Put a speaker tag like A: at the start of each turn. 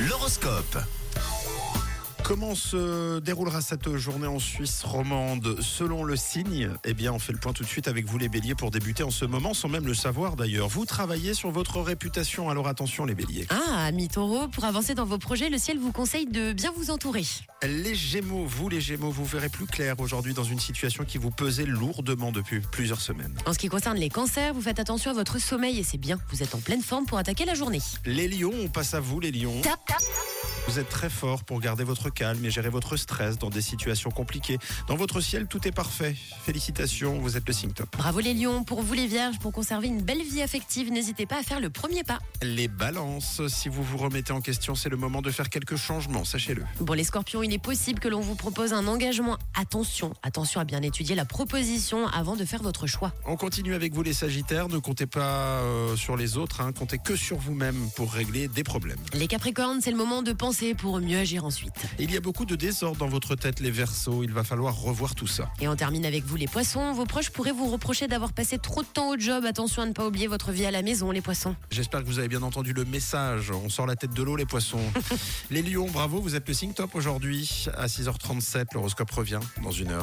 A: L'horoscope. Comment se déroulera cette journée en Suisse romande Selon le signe, eh bien, on fait le point tout de suite avec vous les béliers pour débuter en ce moment, sans même le savoir d'ailleurs. Vous travaillez sur votre réputation, alors attention les béliers.
B: Ah, ami taureau, pour avancer dans vos projets, le ciel vous conseille de bien vous entourer.
A: Les gémeaux, vous les gémeaux, vous verrez plus clair aujourd'hui dans une situation qui vous pesait lourdement depuis plusieurs semaines.
B: En ce qui concerne les cancers, vous faites attention à votre sommeil et c'est bien, vous êtes en pleine forme pour attaquer la journée.
A: Les lions, on passe à vous les lions.
B: Tap, tap.
A: Vous êtes très fort pour garder votre calme et gérer votre stress dans des situations compliquées. Dans votre ciel, tout est parfait. Félicitations, vous êtes le signe top.
B: Bravo les lions, pour vous les vierges, pour conserver une belle vie affective, n'hésitez pas à faire le premier pas.
A: Les balances, si vous vous remettez en question, c'est le moment de faire quelques changements, sachez-le.
B: Bon les scorpions, il est possible que l'on vous propose un engagement. Attention, attention à bien étudier la proposition avant de faire votre choix.
A: On continue avec vous les sagittaires, ne comptez pas euh, sur les autres, hein, comptez que sur vous-même pour régler des problèmes.
B: Les capricornes, c'est le moment de penser pour mieux agir ensuite.
A: Il y a beaucoup de désordre dans votre tête, les versos, il va falloir revoir tout ça.
B: Et on termine avec vous les poissons, vos proches pourraient vous reprocher d'avoir passé trop de temps au job, attention à ne pas oublier votre vie à la maison les poissons.
A: J'espère que vous avez bien entendu le message. On sort la tête de l'eau, les poissons. les lions, bravo, vous êtes le signe top aujourd'hui. À 6h37, l'horoscope revient dans une heure.